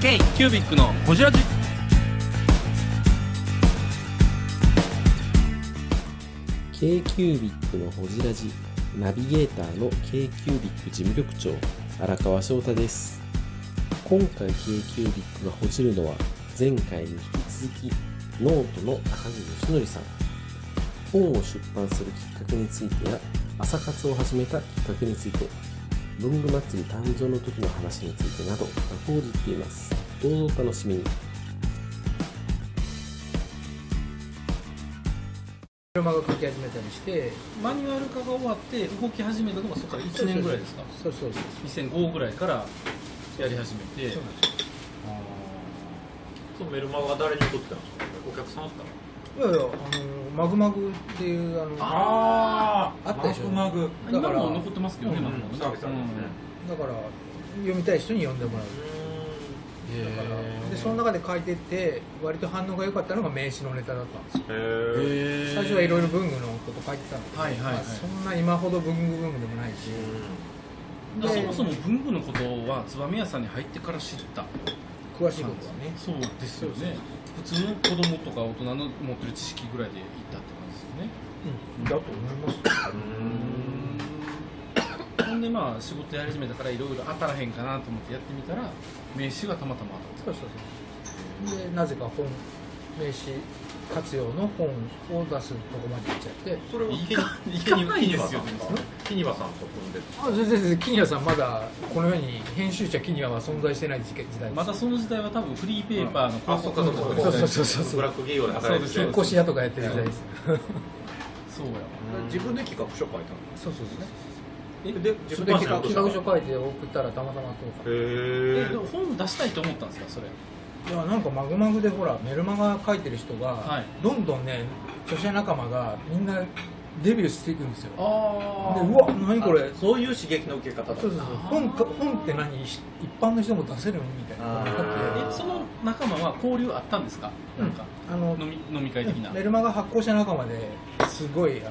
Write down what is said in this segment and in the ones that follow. K キュービックのホジラジー k ー b i c のほじラジナビゲーターの k ー b i c 事務局長荒川翔太です今回 k ー b i c がほじるのは前回に引き続きノートの高木義則さん本を出版するきっかけについてや朝活を始めたきっかけについて文具祭り誕生の時の話についてなど深く報じていますどうぞお楽しみに車が書き始めたりしてマニュアル化が終わって動き始めたのがそこから1年ぐらいですかそうそうそう2005ぐらいからやり始めてそうそのメルマガは誰に撮ってたんですかお客さんあったのいやいやあのマグマグっていうあのああったでしょマグ今だからも残ってますけどね、マグなんかねうんサービスありますねだから読みたい人に読んでもらううんだからへでその中で書いてって割と反応が良かったのが名刺のネタだったんですよへええ最初はいろいろ文具のこと書いてたんですけど、はいはいはいまあそんな今ほど文具ブームでもないし、そでもそも文具のことは燕屋さんに入ってから知った詳しいことはねそうですよね普通の子供とか大人の持ってる知識ぐらいで行ったって感じですよねだと思いますほんでまあ仕事やり始めたからいろいろ当たらへんかなと思ってやってみたら名刺がたまたまそうそうそうでなぜか本名刺活用の本を出すとこまで行っちゃってそれをいかいかないですよキニバさんと組んであ全然全然金谷さんまだこの世に編集者金谷は存在してない時代です、当またその時代は多分フリーペーパーのあそっかそっかそうそうそうそうブラック企業で働いてそうで引っす越し屋とかやってる時代ですそうやわ自分で企画書書いたそうそうですねのでそ自れ分で企で企画企画書画書書いて送ったらたまたま通っえへでも本出したいと思ったんですかそれたいやなんかマグマグでほらメルマガ書いてる人が、はいどんどんね著者仲間がみんなデビューしていくんですよであうわ何これそういう刺激の受け方だそうそうそうあ本か本って何一般の人も出せるのみたいなあえその仲間は交流あったんですかなんかあの飲み飲み会的なメルマガ発行者仲間ですごいあの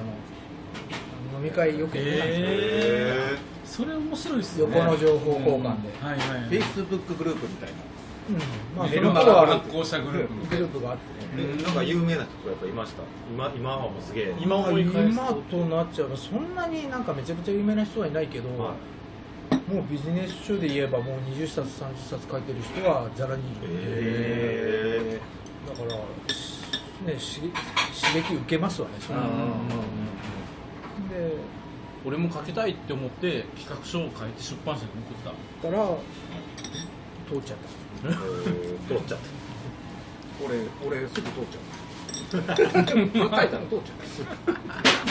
飲み会よく行ってたんですよ、えそれ面白いっすね横の情報交換でうんはいはいはいフェイスブックグループみたいなうんまあ、そメのルマ頃ガは発行者グループみたいグなループがあってねでなんか有名な人がやっぱいました今今はもうすげえ今思い返すと今となっちゃうばそんなになんかめちゃくちゃ有名な人はいないけど、はもうビジネス書で言えばもう20冊30冊書いてる人はざらにいいる、へだからねし刺激受けますわねそれうんはうんうんうんで俺も書きたいって思って企画書を書いて出版社に送ったから通っちゃったえ通っちゃった俺俺すぐ通っ ちゃう書いたら通っち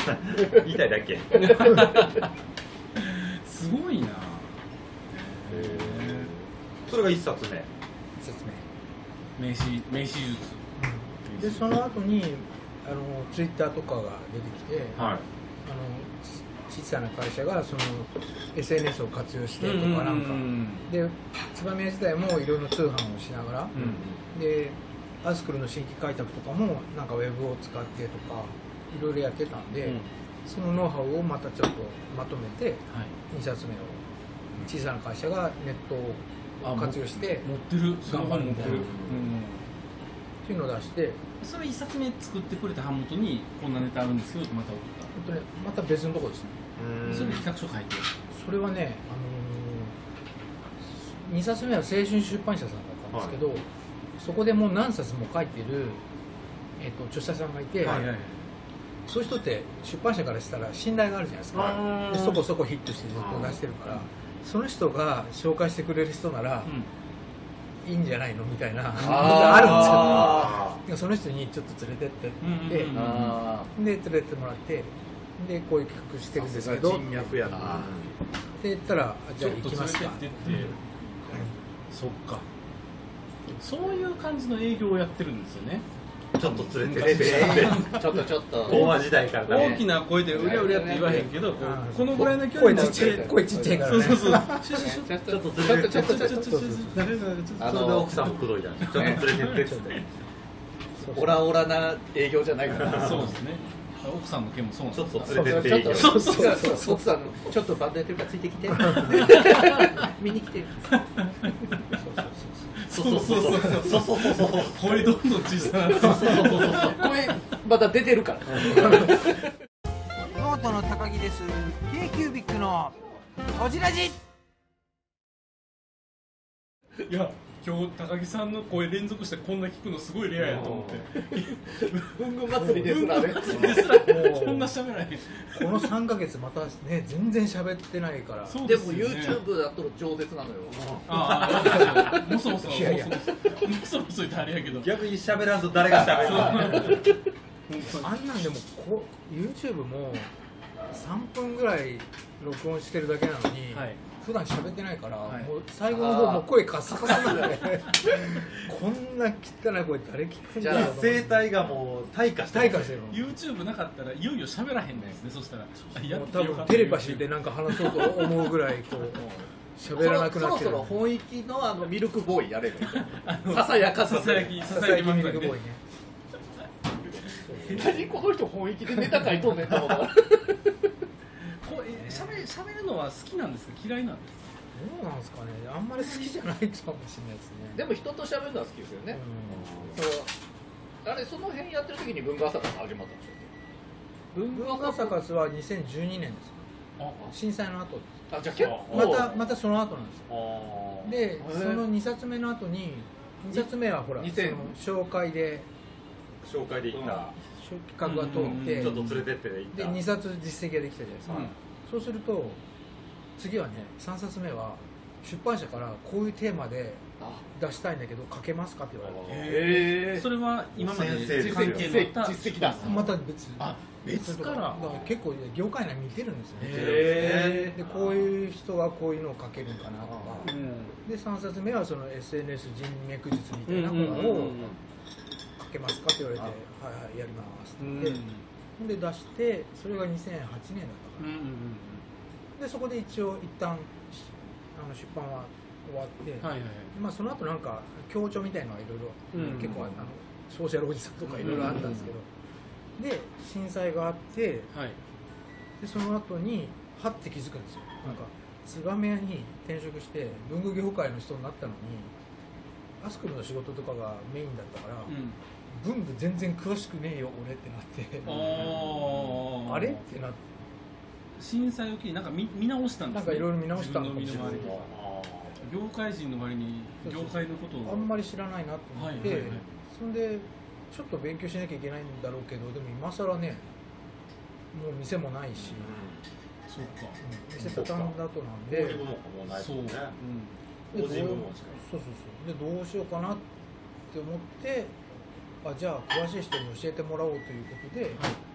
ゃ言いたいだけすごいなそれが一冊目説明名刺名刺術でその後にあのツイッターとかが出てきて、あのはいち小さな会社がその SNS を活用してとかなんか、うんで燕屋自体もいろいろ通販をしながら、うんでアスクルの新規開拓とかもなんかウェブを使ってとかいろいろやってたんで、うんそのノウハウをまたちょっとまとめてはい2冊目を小さな会社がネットを活用して持ってるその本持ってる頑張るっていうのを出してうんそれ一冊目作ってくれた版元にこんなネタあるんですけどってまた送っ本当ねまた別のとこですねたそれで企画書書いてそれはね、あのー、2冊目は青春出版社さんだったんですけど、そこでもう何冊も書いてる、えっと著者さんがいて、はいそういう人って出版社からしたら信頼があるじゃないですかあーでそこそこヒットしてずっと出してるからその人が紹介してくれる人ならいいんじゃないのみたいなあるんですよでその人にちょっと連れてってって言って、うんうんうんあで連れてってもらってでこういう企画してるんですけどって人脈やな言ったらあちじゃょあっ行とき連まれすてかってってそっかそういう感じの営業をやってるんですよねちょっと連れてってあちょっとちょっと大和時代からだ大ねきな声でうりゃうりゃって言わへんけどこあうーこのぐらいの距離声になちっっちゃいて声ちっちゃいからそうねそうそうシュシュシュちょっとずれてちょっとちょっとちょっちょっあとそれでの奥さんも口説いたんですちょっと連れてってってとオラオラな営業じゃないからそうですね奥さんの件もそうなんちょですっかと連れてっていいよそうそうそうそうそうちょっとバンドやってるからついてきて見に来てそうそうそうそうそうそうそうそうそうそうそうそう声どんどん小さなるこれまた出てるからノートの高木です。k キュービックのこじらじ。いや今日高木さんの声連続してこんな聞くのすごいレアやと思って文具祭りですらねですらこんな喋らへんこの3ヶ月またね全然喋ってないからそうですもよね YouTube だと饒舌なのよああもそもそもいやいやそもそもそも言ってあれやけど逆に喋らんと誰が喋るかあんなんでもこ YouTube も3分ぐらい録音してるだけなのに、はい普段喋ってないから、はいもう最後の方もう声カサカサなんでこんな汚い声誰聞くんじだゃあろう声帯がもう退化して退化してる YouTube なかったらいよいよ喋らへんのやつねそしたらのもう多分テレパシーでなんか話そうと思うぐらいこう喋らなくそなろってそるろ本域のあのミルクボーイやれるささやかささささややききささやき漫才でね何この人本域でネタ書いとんねんと思ったこうえ喋喋るのは好きなんですか嫌いなんですかどうなんですかねあんまり好きじゃないかもしれないですねでも人と喋るのは好きですよね、そうあれその辺やってる時に文具朝から始まったんでしょ文具朝活は2012年ですあ震災の後であじゃあ結構すまたまたその後なんですよあでそーの2冊目の後に2冊目はほら2000その紹介でー紹介できた、企画が通っうて、んちょっと連れてっていったで2冊実績ができたじゃないですか、うんそうすると次はね3冊目は出版社からこういうテーマであ出したいんだけど書けますかって言われてへそれは今まで先生実関係のあった実績だまた別あ別からだから結構ね業界内見てるんですよね、へでこういう人はこういうのを書けるんかなとかうんで3冊目はその SNS 人脈術みたいなうんものを書けますかって言われて「はいはいやります」ってう言んって、ほんで出してそれが2008年だったかうんうら、んでそこで一応一旦しあの出版は終わって、はいはいはいまあ、その後なんか協調みたいのはいろいろ、うん結構あのソーシャルおじさんとかいろいろあったんですけど、で震災があってはいでその後にはって気づくんですよなんか燕屋に転職して文具業界の人になったのにアスクルの仕事とかがメインだったから、うん文具全然詳しくねえよ俺ってなってあーあれってなって震災を機になんか見見直したんですなんかいろいろ見直したんのかもしれない自分の身の回り業界人の割に業界のことをあんまり知らないなと思って、はいはいはいそんでちょっと勉強しなきゃいけないんだろうけどでも今更ねもう店もないし、そうかうん店畳んだ後なんでで部門がもうないですそもう、んねうんで法人部どう門しかそうそうそうでどうしようかなって思ってあじゃあ詳しい人に教えてもらおうということで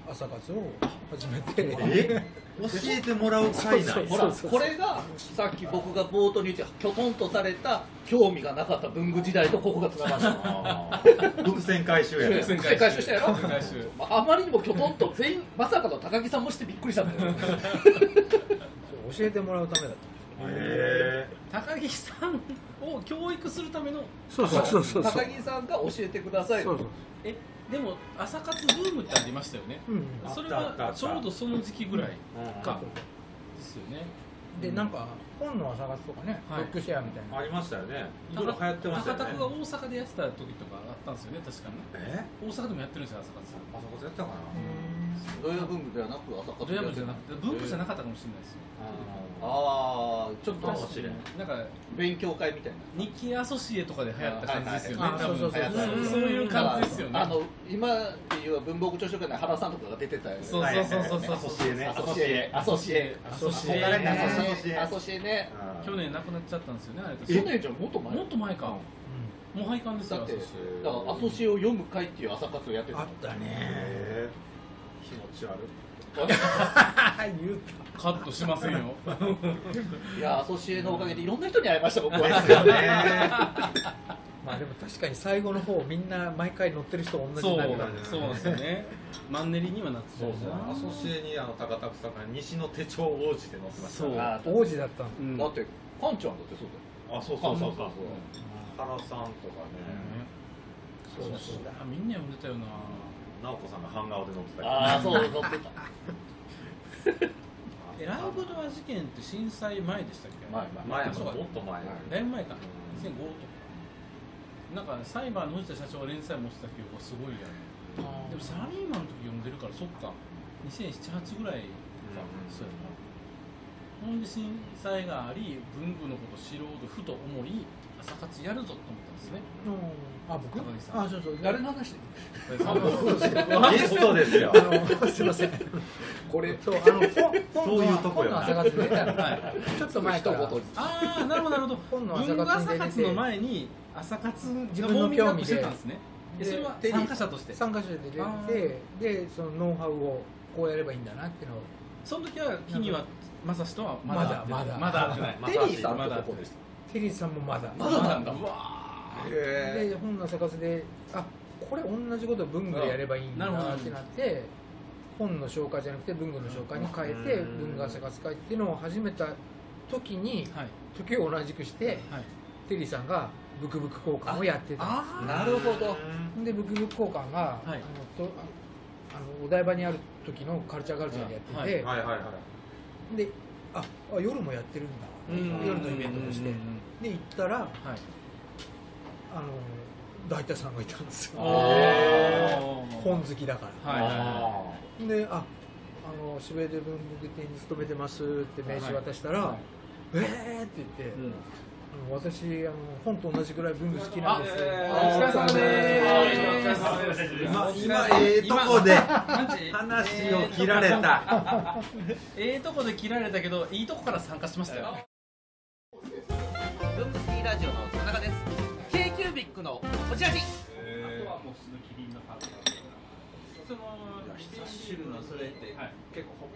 朝活を始めてえ教えてもらう会そう内ほらこれがさっき僕が冒頭に言ってきょとんとされた興味がなかった文具時代とここがつながったのあー伏線回収やね伏線回収したやろ伏線回収まああまりにもきょとんと全員まさかの高木さんもしてびっくりしたんだよそう教えてもらうためだったへ高木さんを教育するためのそうそうそうそう高木さんが教えてくださいそうそうえでも朝活ブームってありましたよねうんあったそれあったあはったちょうどその時期ぐらいーかですよねでなんか本の朝活とかね、はいブックシェアみたいなありましたよねいろいろ流行ってました高よね田区が大阪でやってた時とかあったんですよね確かねえ大阪でもやってるんですよ朝活あそこでやったかな土曜文具ではなく朝活ドヤムじゃなくて文具じゃなかったかもしれないですよあああちょっかともしれんなんか勉強会みたいな日経アソシエとかで流行った感じですよねはいはい多はい分あそうそうそううんそういう感じですよねあの今でいう文房具調書館の原さんとかが出てたよねそうそうそうそうそうアソシエねアソシエアソシエアソシ憧れたエアソシエアソシエねー去年亡くなっちゃったんですよねあれ去確か年じゃんもっと前もっと前かもう廃刊ですよだってアソシエだからアソシエを読む会っていう朝活をやってたあったねへー気持ち悪い言うカットしませんよいやアソシエのおかげでいろんな人に会いました僕 はですよねまあでも確かに最後の方みんな毎回乗ってる人同じそにうなるからそうなんですよねマンネリにはなってたそようなそうアソシエにあの高田さんが西の手帳王子で載ってましたねそうあー王子だったのうんだってカンちゃんだってそうだよあそうそうそうそうそう原さんとかねそうそうあみんな読んでたよな直子さんが半顔で載ってたりああそう乗ってた えライブドア事件って震災前でしたっけ前前やもそうんかもっと前だいぶ前か2005とかなんかサイバーの藤田社長が連載持ってた記憶がすごいやんでもサラリーマンの時読んでるからそっか2007-8ぐらいか、うんそうやなほんで震災があり文具のことを知ろうとふと思い朝活やるぞと思ったんですねあ僕高木さんあそうそう誰の話 ゲストですよあのすいませんこれそうあの本そういうとこ本よの朝活ねはいちょっと前から一言ああなるほどなるほど本の文朝具活朝に出活ての前に朝活自自分の興味でしてたんですねえでそれは手に参加者として参加者で出てでそのノウハウをこうやればいいんだなっていうのをその時は日にはまさしとはまだ会ってないまだままだだ会ってないテリーさんまとだここですテリーさんもまだまだなんだうわえで本の朝活であこれ同じことを文具でやればいいんだあなるほなどってなって本の紹介じゃなくて文具の紹介に変えてうん文具朝活会っていうのを始めた時にはい時を同じくしてはいテリーさんがブクブク交換をやってたあなるほどでブクブク交換が、はいあのとあのお台場にある時のカルチャーカルチャーでやってて、はいはいはいでああ夜もやってるんだうん夜のイベントとしてうんうんうんで行ったらはいあの大体さんがいたんですよあ本好きだからはいはで「ああの渋谷で文具店に勤めてます」って名刺渡したら「はいえー!」って言って、いうんあの私あの本と同じぐらい文具好きなんですおよ」疲れ様でーす今今ええとこで話を切られたええとこで切られたけどいいとこから参加しましたよ文具好きラジオの田中です k キュービックのこちらに久しぶりのそれって結構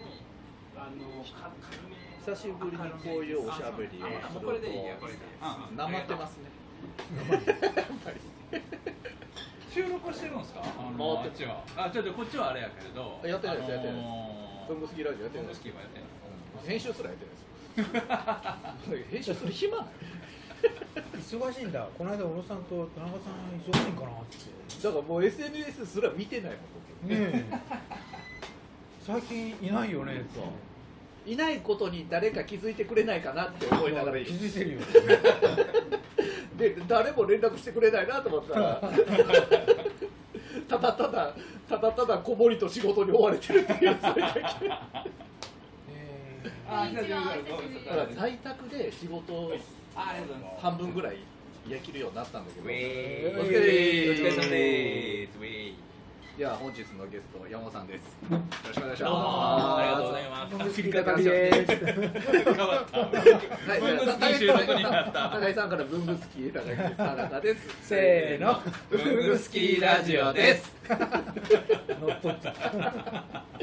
久しぶりにこういうおしゃべりをするとこれでいいやこれでなまってますね収録してるんですかあ回ってっちはあちょっとこっちはあれやけれどやってないですやってないです文具好きラジオやってるん好ですきはやってな編集すらやってるんですよ編集する暇ない忙しいんだこの間小野さんと田中さん忙しいんかなってだからもう SNS すら見てないもんねえ最近いないよねっていないことに誰か気づいてくれないかなって思いながら気づいてるよで誰も連絡してくれないなと思ったらただただただただこもりと仕事に追われてるっていうそれだけえあ久しぶりですだから在宅で仕事をあありがとうございます半分ぐらいできるようになったんだけどえお疲えれお疲れ様いですウェイや本日のゲスト山本さんですよろしくお願いしどうもありがとうまございますー、文具好き高木です変わったすはい文具好き収録になった高井さんから文具好き高井です田中ですせーの文具好きラジオです乗っ取った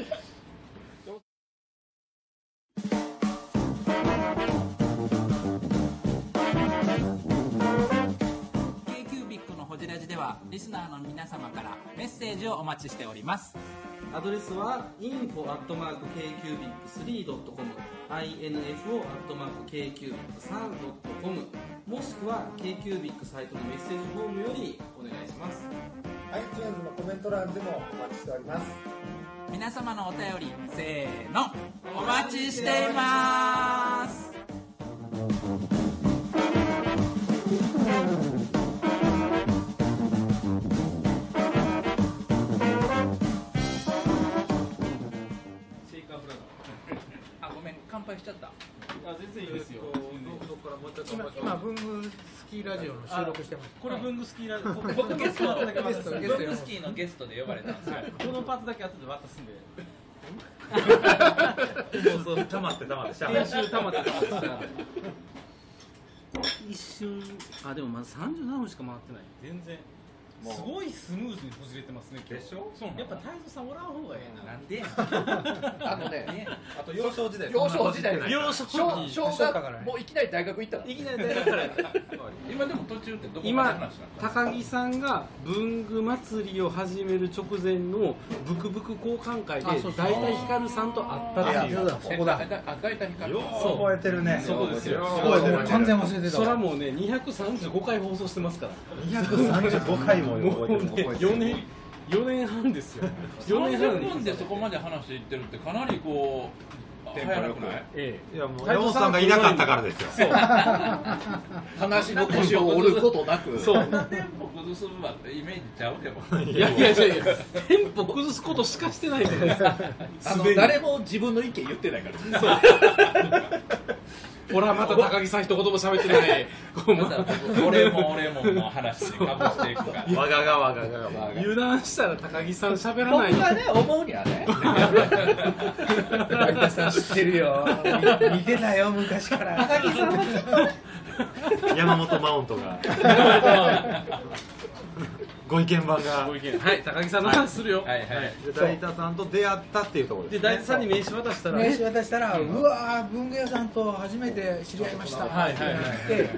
ケイキュービックのホジラジではリスナーの皆様からメッセージをお待ちしておりますアドレスは info.kcubic3.com info.kcubic3.com もしくは KQBIC サイトのメッセージフォームよりお願いします皆様のお便りせーのお待ちしていますシェイカーブラあごめん乾杯しちゃったザーあ全然いいですよ今今文具好きラジオの収録してますこれ文具好きラジオ僕僕のゲストパートだけ渡ゲすストんでゲスト文具好きのゲストで呼ばれたんですよこのパートだけ後で渡すんでそうそう溜まって溜まってしゃあない編集たまってたまってた一瞬あでもまだ37分しか回ってない全然すごいスムーズにこじれてますね今日でしょそうやっぱ太蔵さんおらん方がえなんでやあのねあと幼少時代幼少時代えなよろしく小小小学校から学ねもういきなり大学行ったのいきなり大学から今でも途中ってどこまで今話したの高木さんが文具祭りを始める直前のブクブク交換会であそう大体ひかるさんと会ったっていうここだ赤い谷かよそうう覚えてるねそうですよ覚えてる完全忘れてたそらもうね235回放送してますから235回ももうね4年4年半ですよ4年半30分でそこまで話していってるってかなりこうあテンポよくないええいやもう山本さんがいなかったからですよそう話の腰を折ることなくそうテンポ崩す馬ってイメージちゃうでも いやいやいやいやテンポ崩すことしかしてないからねあの誰も自分の意見言ってないからほらまた高木さん一言も喋ってない こうだから僕俺も俺もの話でかぶしていくからわががわががわが油断したら高木さん喋ら 僕ないがね思うにはね高木さん知ってる よ見てたよ昔から高木さんは山本マウントがご意見番がご意見はい高木さんの話するよ、はいはいで大田さんと出会ったっていうところですで大地さんに名刺渡したら名刺渡したら、うわー文具屋さんと初めて知り合いましたってはいはいはい言っ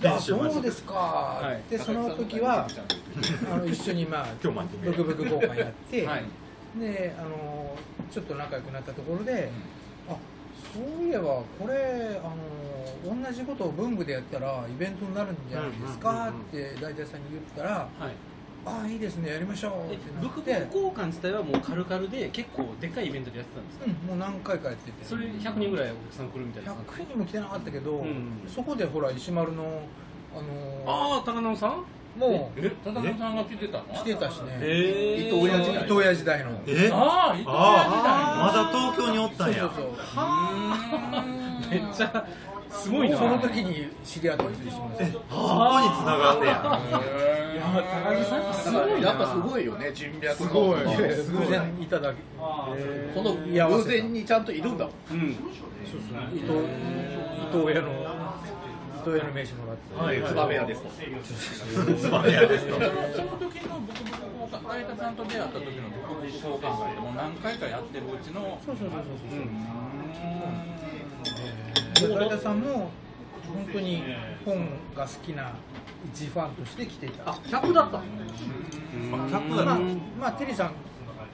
て、あそうですかーって、でその時はあの一緒にまあ今日もやってみブようクブク交換やって、はいであのちょっと仲良くなったところで、あそういえばこれあの同じことを文具でやったらイベントになるんじゃないですかって大体さんに言ったら、はいあいいですねやりましょうっえてなブっクブクて、交換自体はもう軽々で結構でかいイベントでやってたんですかうん、もう何回かやってて。それ100人ぐらいお客さん来るみたいな感じ100人も来てなかったけど、うんそこでほら石丸の、あのああ高野さんーもえ田中さんが来てたのう来てたしね、ええ伊藤親父伊藤屋時代のえああ伊藤ああまだ東京におったそんうそやうそ うめっちゃすごいなその時に知り合ったんですよえそこに繋がんねやいや高木さんやっぱすごいなやっぱすごいよね人脈すご い石丸さん偶然いただきこの偶然にちゃんといるんだもんうん伊藤伊藤屋の伊藤屋の名刺もらって、 「ツバメ屋です」とつまりやですよその時の僕僕僕相田さんと出会った時の僕僕交換会ってもう何回かやってるうちのそうそうそうそうそう大田さんも本当に本が好きな一ファンとして来ていた客だったのまあ客だまあなへ、まあ、テリーさん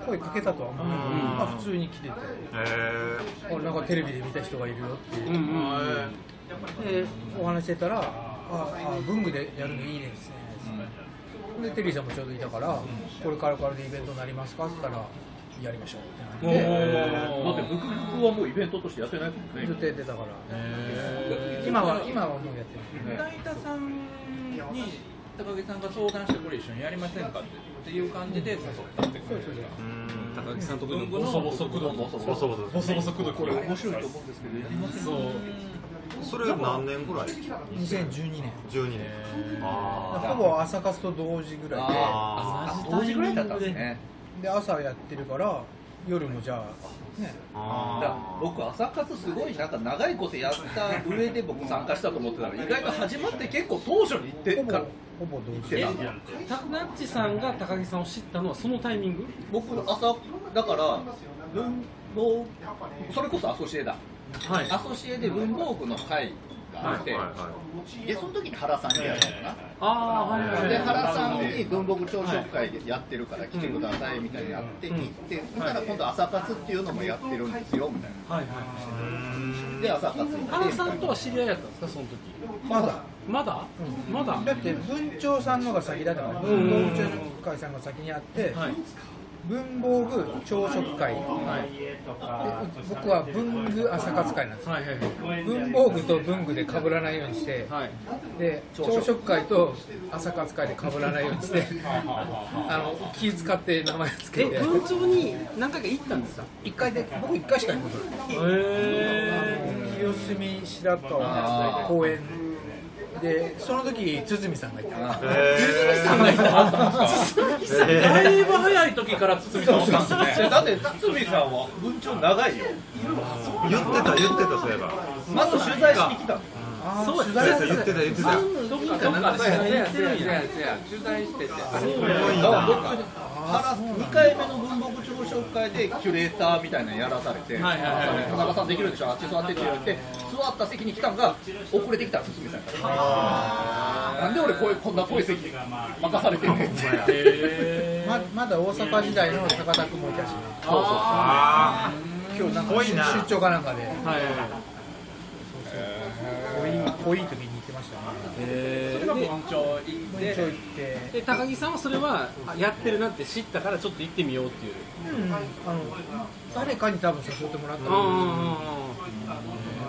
声かけたとは思うけど、うんまあ、普通に来ててえあなんかテレビで見た人がいるよっていう、でお話してたら「ああ文具でやるのいいですね」でテリーさんもちょうどいたから「これからからでイベントになりますか?」って言ったら「やりましょう」ってなってだってブクブクはもうイベントとしてやってないもんねずっとやってたから、今は今はもうやってる、大田さんに高木さんが相談してこれ一緒にやりませんかっていう感じで誘ったって感じですかー、うん高木さんとこのボソボソくどボソボソボソボソくどこれ面白いと思うんですけどやりませんそうそれ何年ぐらい2012年12年あほぼ朝活と同時ぐらいでああ同時ぐらいだったんですねで朝やってるから夜もじゃあねーあだから僕朝活すごいなんか長いことやった上で僕参加したと思ってたら意外と始まって結構当初に行ってほぼからほぼ同時えタクナッチさんが高木さんを知ったのはそのタイミング僕朝だから文房それこそアソシエだはアソシエで文房具の会があって、はいはいでその時に原さんにやったのかな、ああはいはいで原さんに文房具朝食会でやってるから来てくださいみたいにやって行って、そしたら今度朝活っていうのもやってるんですよみたいなはいはいで朝活行って原さんとは知り合いやったんですかその時まだまだまだだって文鳥さんのが先だったから文房具朝食会さんが先にあって、はい文房具朝食会、で僕は文具朝活会なんですよはいはいはい文房具と文具で被らないようにして、はいで朝食会と朝活会で被らないようにして あの気使って名前つけえて文鳥に何回か行ったんですか一回で僕一回しか行くことないへえ清澄白河公園でその時堤さんがいたーへーだいぶ早い時から堤さん おったんですねだって堤さんは文鳥長いよ言ってた言ってたそういえばまず取材しに来たのそうや取言材ってた言ってた言ってどたっかどっかで知り合いやってるんや取材しててだから僕原2回目の文房具朝食会でキュレーターみたいなのやらされて、はいはいはい田中さんできるでしょ、あっち座ってって言われて、座った席に来たんが、遅れてきたら堤さんやから、なんで俺こういう、こんな遠い席任されてんねんって。ままだ大阪時代の高田君もいたしあ今日なんか濃いな出張かなんかではいはいはい濃い時に行ってましたねへーそれがで文鳥行って文鳥行ってで高木さんはそれはあやってるなって知ったからちょっと行ってみようっていううんあの誰かに多分誘ってもらったうんのうんうんうんも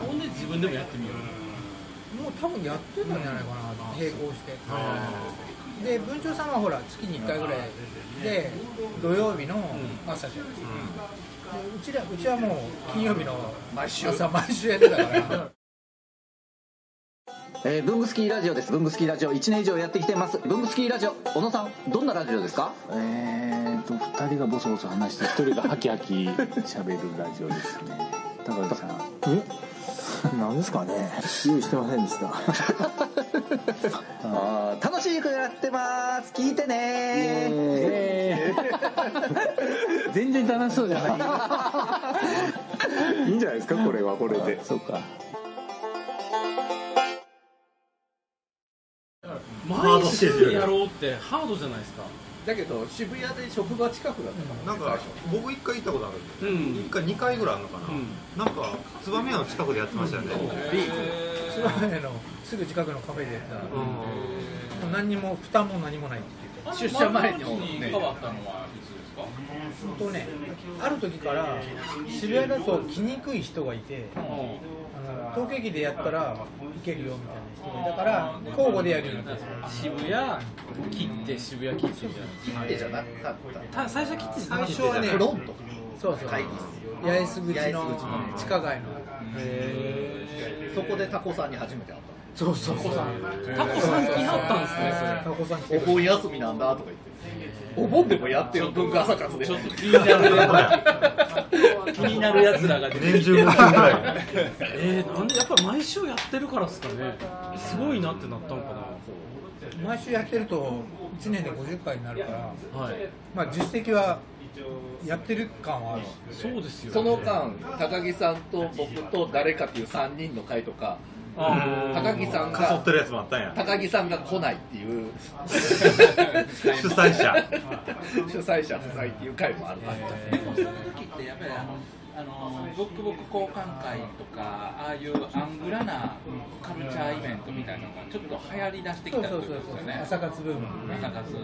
ほんで自分でもやってみようう多分やってたんじゃないかな並行してあで文鳥さんはほら月に1回ぐらいで土曜日の朝じゃないですか、でうちらうちはもう金曜日の朝毎週やってたから えー、ブングスキーラジオです。ブングスキーラジオ1年以上やってきてます。ブングスキーラジオ、小野さん、どんなラジオですかえーと、2人がボソボソ話して、1人がハキハキ喋るラジオですね。高橋さん。えなんですかね用意してませんでした。あー楽しい曲やってます。聞いてね全然楽しそうじゃない。いいんじゃないですか、これはこれで。そうか。毎週やろうってハードじゃないですかだけど渋谷で職場近くだったなんか僕一回行ったことあるんで、一回二回ぐらいあるのかな、なんか燕屋の近くでやってましたよね、それはねあのすぐ近くのカフェでやったら、もう何にも負担も何もないって言って出た社前のに変わったのはいつですか本当ねある時から渋谷だと来にくい人がいて、あの東京駅でやったら行けるよみたいな人がいたから交互でやるようになったんですよ渋谷切って渋谷切ってみたいな切ってじゃなかった最初切ってじゃなかった最初はねフロンそうそう会議八重洲口の八重洲口の地下街のそこでタコさんに初めて会ったそうそうそうタコさん来はったんですねそれタコさんお盆休みなんだとか言ってお盆でもやってよ文化朝活でちょっと気になるね気になるやつらが出てきて年中無休ぐらいえー、なんでやっぱり毎週やってるからっすかねすごいなってなったんか毎週やってると1年で50回になるから、はいまあ実績はやってる感はあるそうですその間高木さんと僕と誰かっていう3人の会とかあー高木さんがかそってるやつもあったんや高木さんが来ないっていう主催者主催者不在っていう会もあるでもその時ってやっぱりあのあのボックボック交換会とかああいうアングラなカルチャーイベントみたいなのがちょっと流行り出してきたということですよね朝活ブーム朝活とか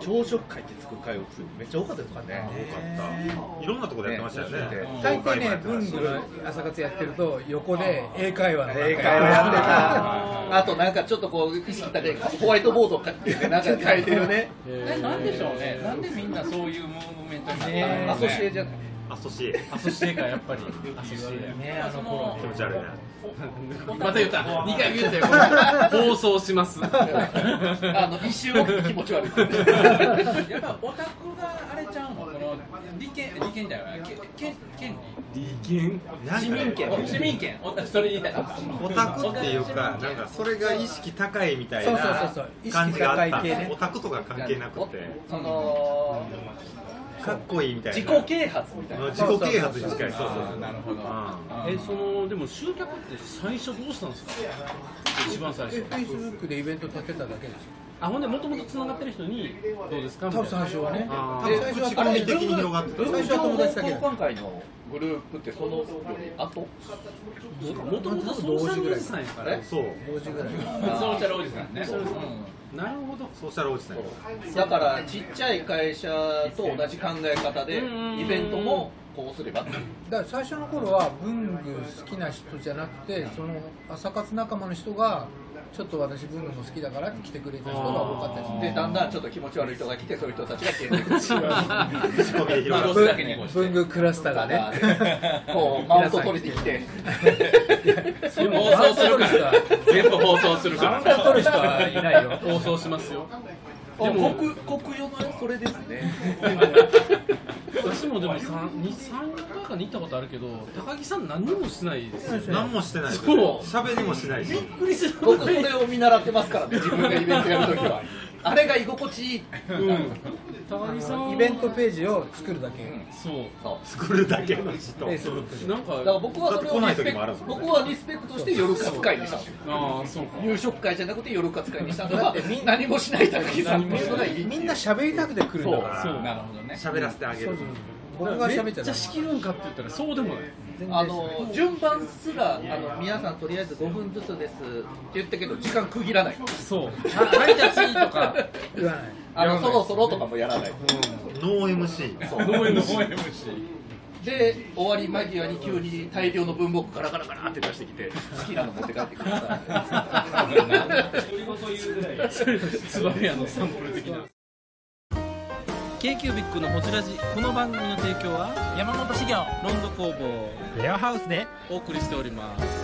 朝食会ってつく会をめっちゃ多かったですからね多かったいろんなとこでやってましたよね大体ね、文具の朝活やってると、横で英会話の英会話やってたあとなんかちょっとこう意識高いホワイトボードを買ってなんか変えてるねえなんでしょうねなんでみんなそういうムーブメントになったんだろうねアソシエじゃないアソシエアソシエかやっぱりアソシエねあの頃気持ち悪いななまた言った2回言ったよこれ放送しますあの一周も気持ち悪いやっぱオタクがあれちゃうのこの利権利権だよけけ権利権市民権市民権おそれ言いたかったオタクっていうかなんかそれが意識高いみたいそうそうなそうそう意識感じがあっ高たい系ねオタクとか関係なくてそのかっこいいみたいな自己啓発みたいな自己啓発に近いそうそうあーなるほどえそのでも集客って最初どうしたんですか一番最初フェイスブックでイベント立てただけですよあほんでもともとつながってる人にどうですかみたい多分な最初はねあでー最初は多分口コミ的に広がってた最初は友達だけだ交換会のグループってそのより後もともとソーシャルおじさんやからそう同時ぐらいソーシャルおじさんねそうなるほどソーシャルおじさんだからちっちゃい会社と同じ考え方でイベントもこうすればっていうから最初の頃は、文具好きな人じゃなくて、その朝活仲間の人が、ちょっと私、文具も好きだからって来てくれた人が多かったですでね。だんだんちょっと気持ち悪い人が来てそういう人たちが消えてくる口コミで広がる孫だけにこうして文具クラスターがね こうマウント取りに来てそれ放送するから全部放送するからマウント取る人はいないよ放送しますよででもも国国用のそれですね私もでも三二三回かに行ったことあるけど高木さん何にもしてないですよね何もしてないそう喋りもしないしびっくりする僕それを見習ってますからね自分がイベントやるときは あれが居心地いい、高木さんイベントページを作るだけ、そう作るだけの人なんかだから僕はそれをリスだって来ない時ペクもあるトもんね僕はリスペクトして夜活会にしたんですよああそう夕食会じゃなくて夜活会にしたのが何もしない高木さんっていうのがいいみんな喋りたくて来るんだからそうなるほどね喋らせてあげる僕が喋っちゃめっちゃ仕切るんかって言ったらそうでもないあの順番すらあの皆さんとりあえず5分ずつですって言ったけど時間区切らないそう配達とか言わない あのそろそろとかもやらない、ノー MC そうで終わり間際に急に大量の文房具ガラガラガラって出してきて好きなの持って帰ってください つばめ屋のサンプル的な k q b i c のホジラジこの番組の提供は山本資源ロンド工房レアハウスでお送りしております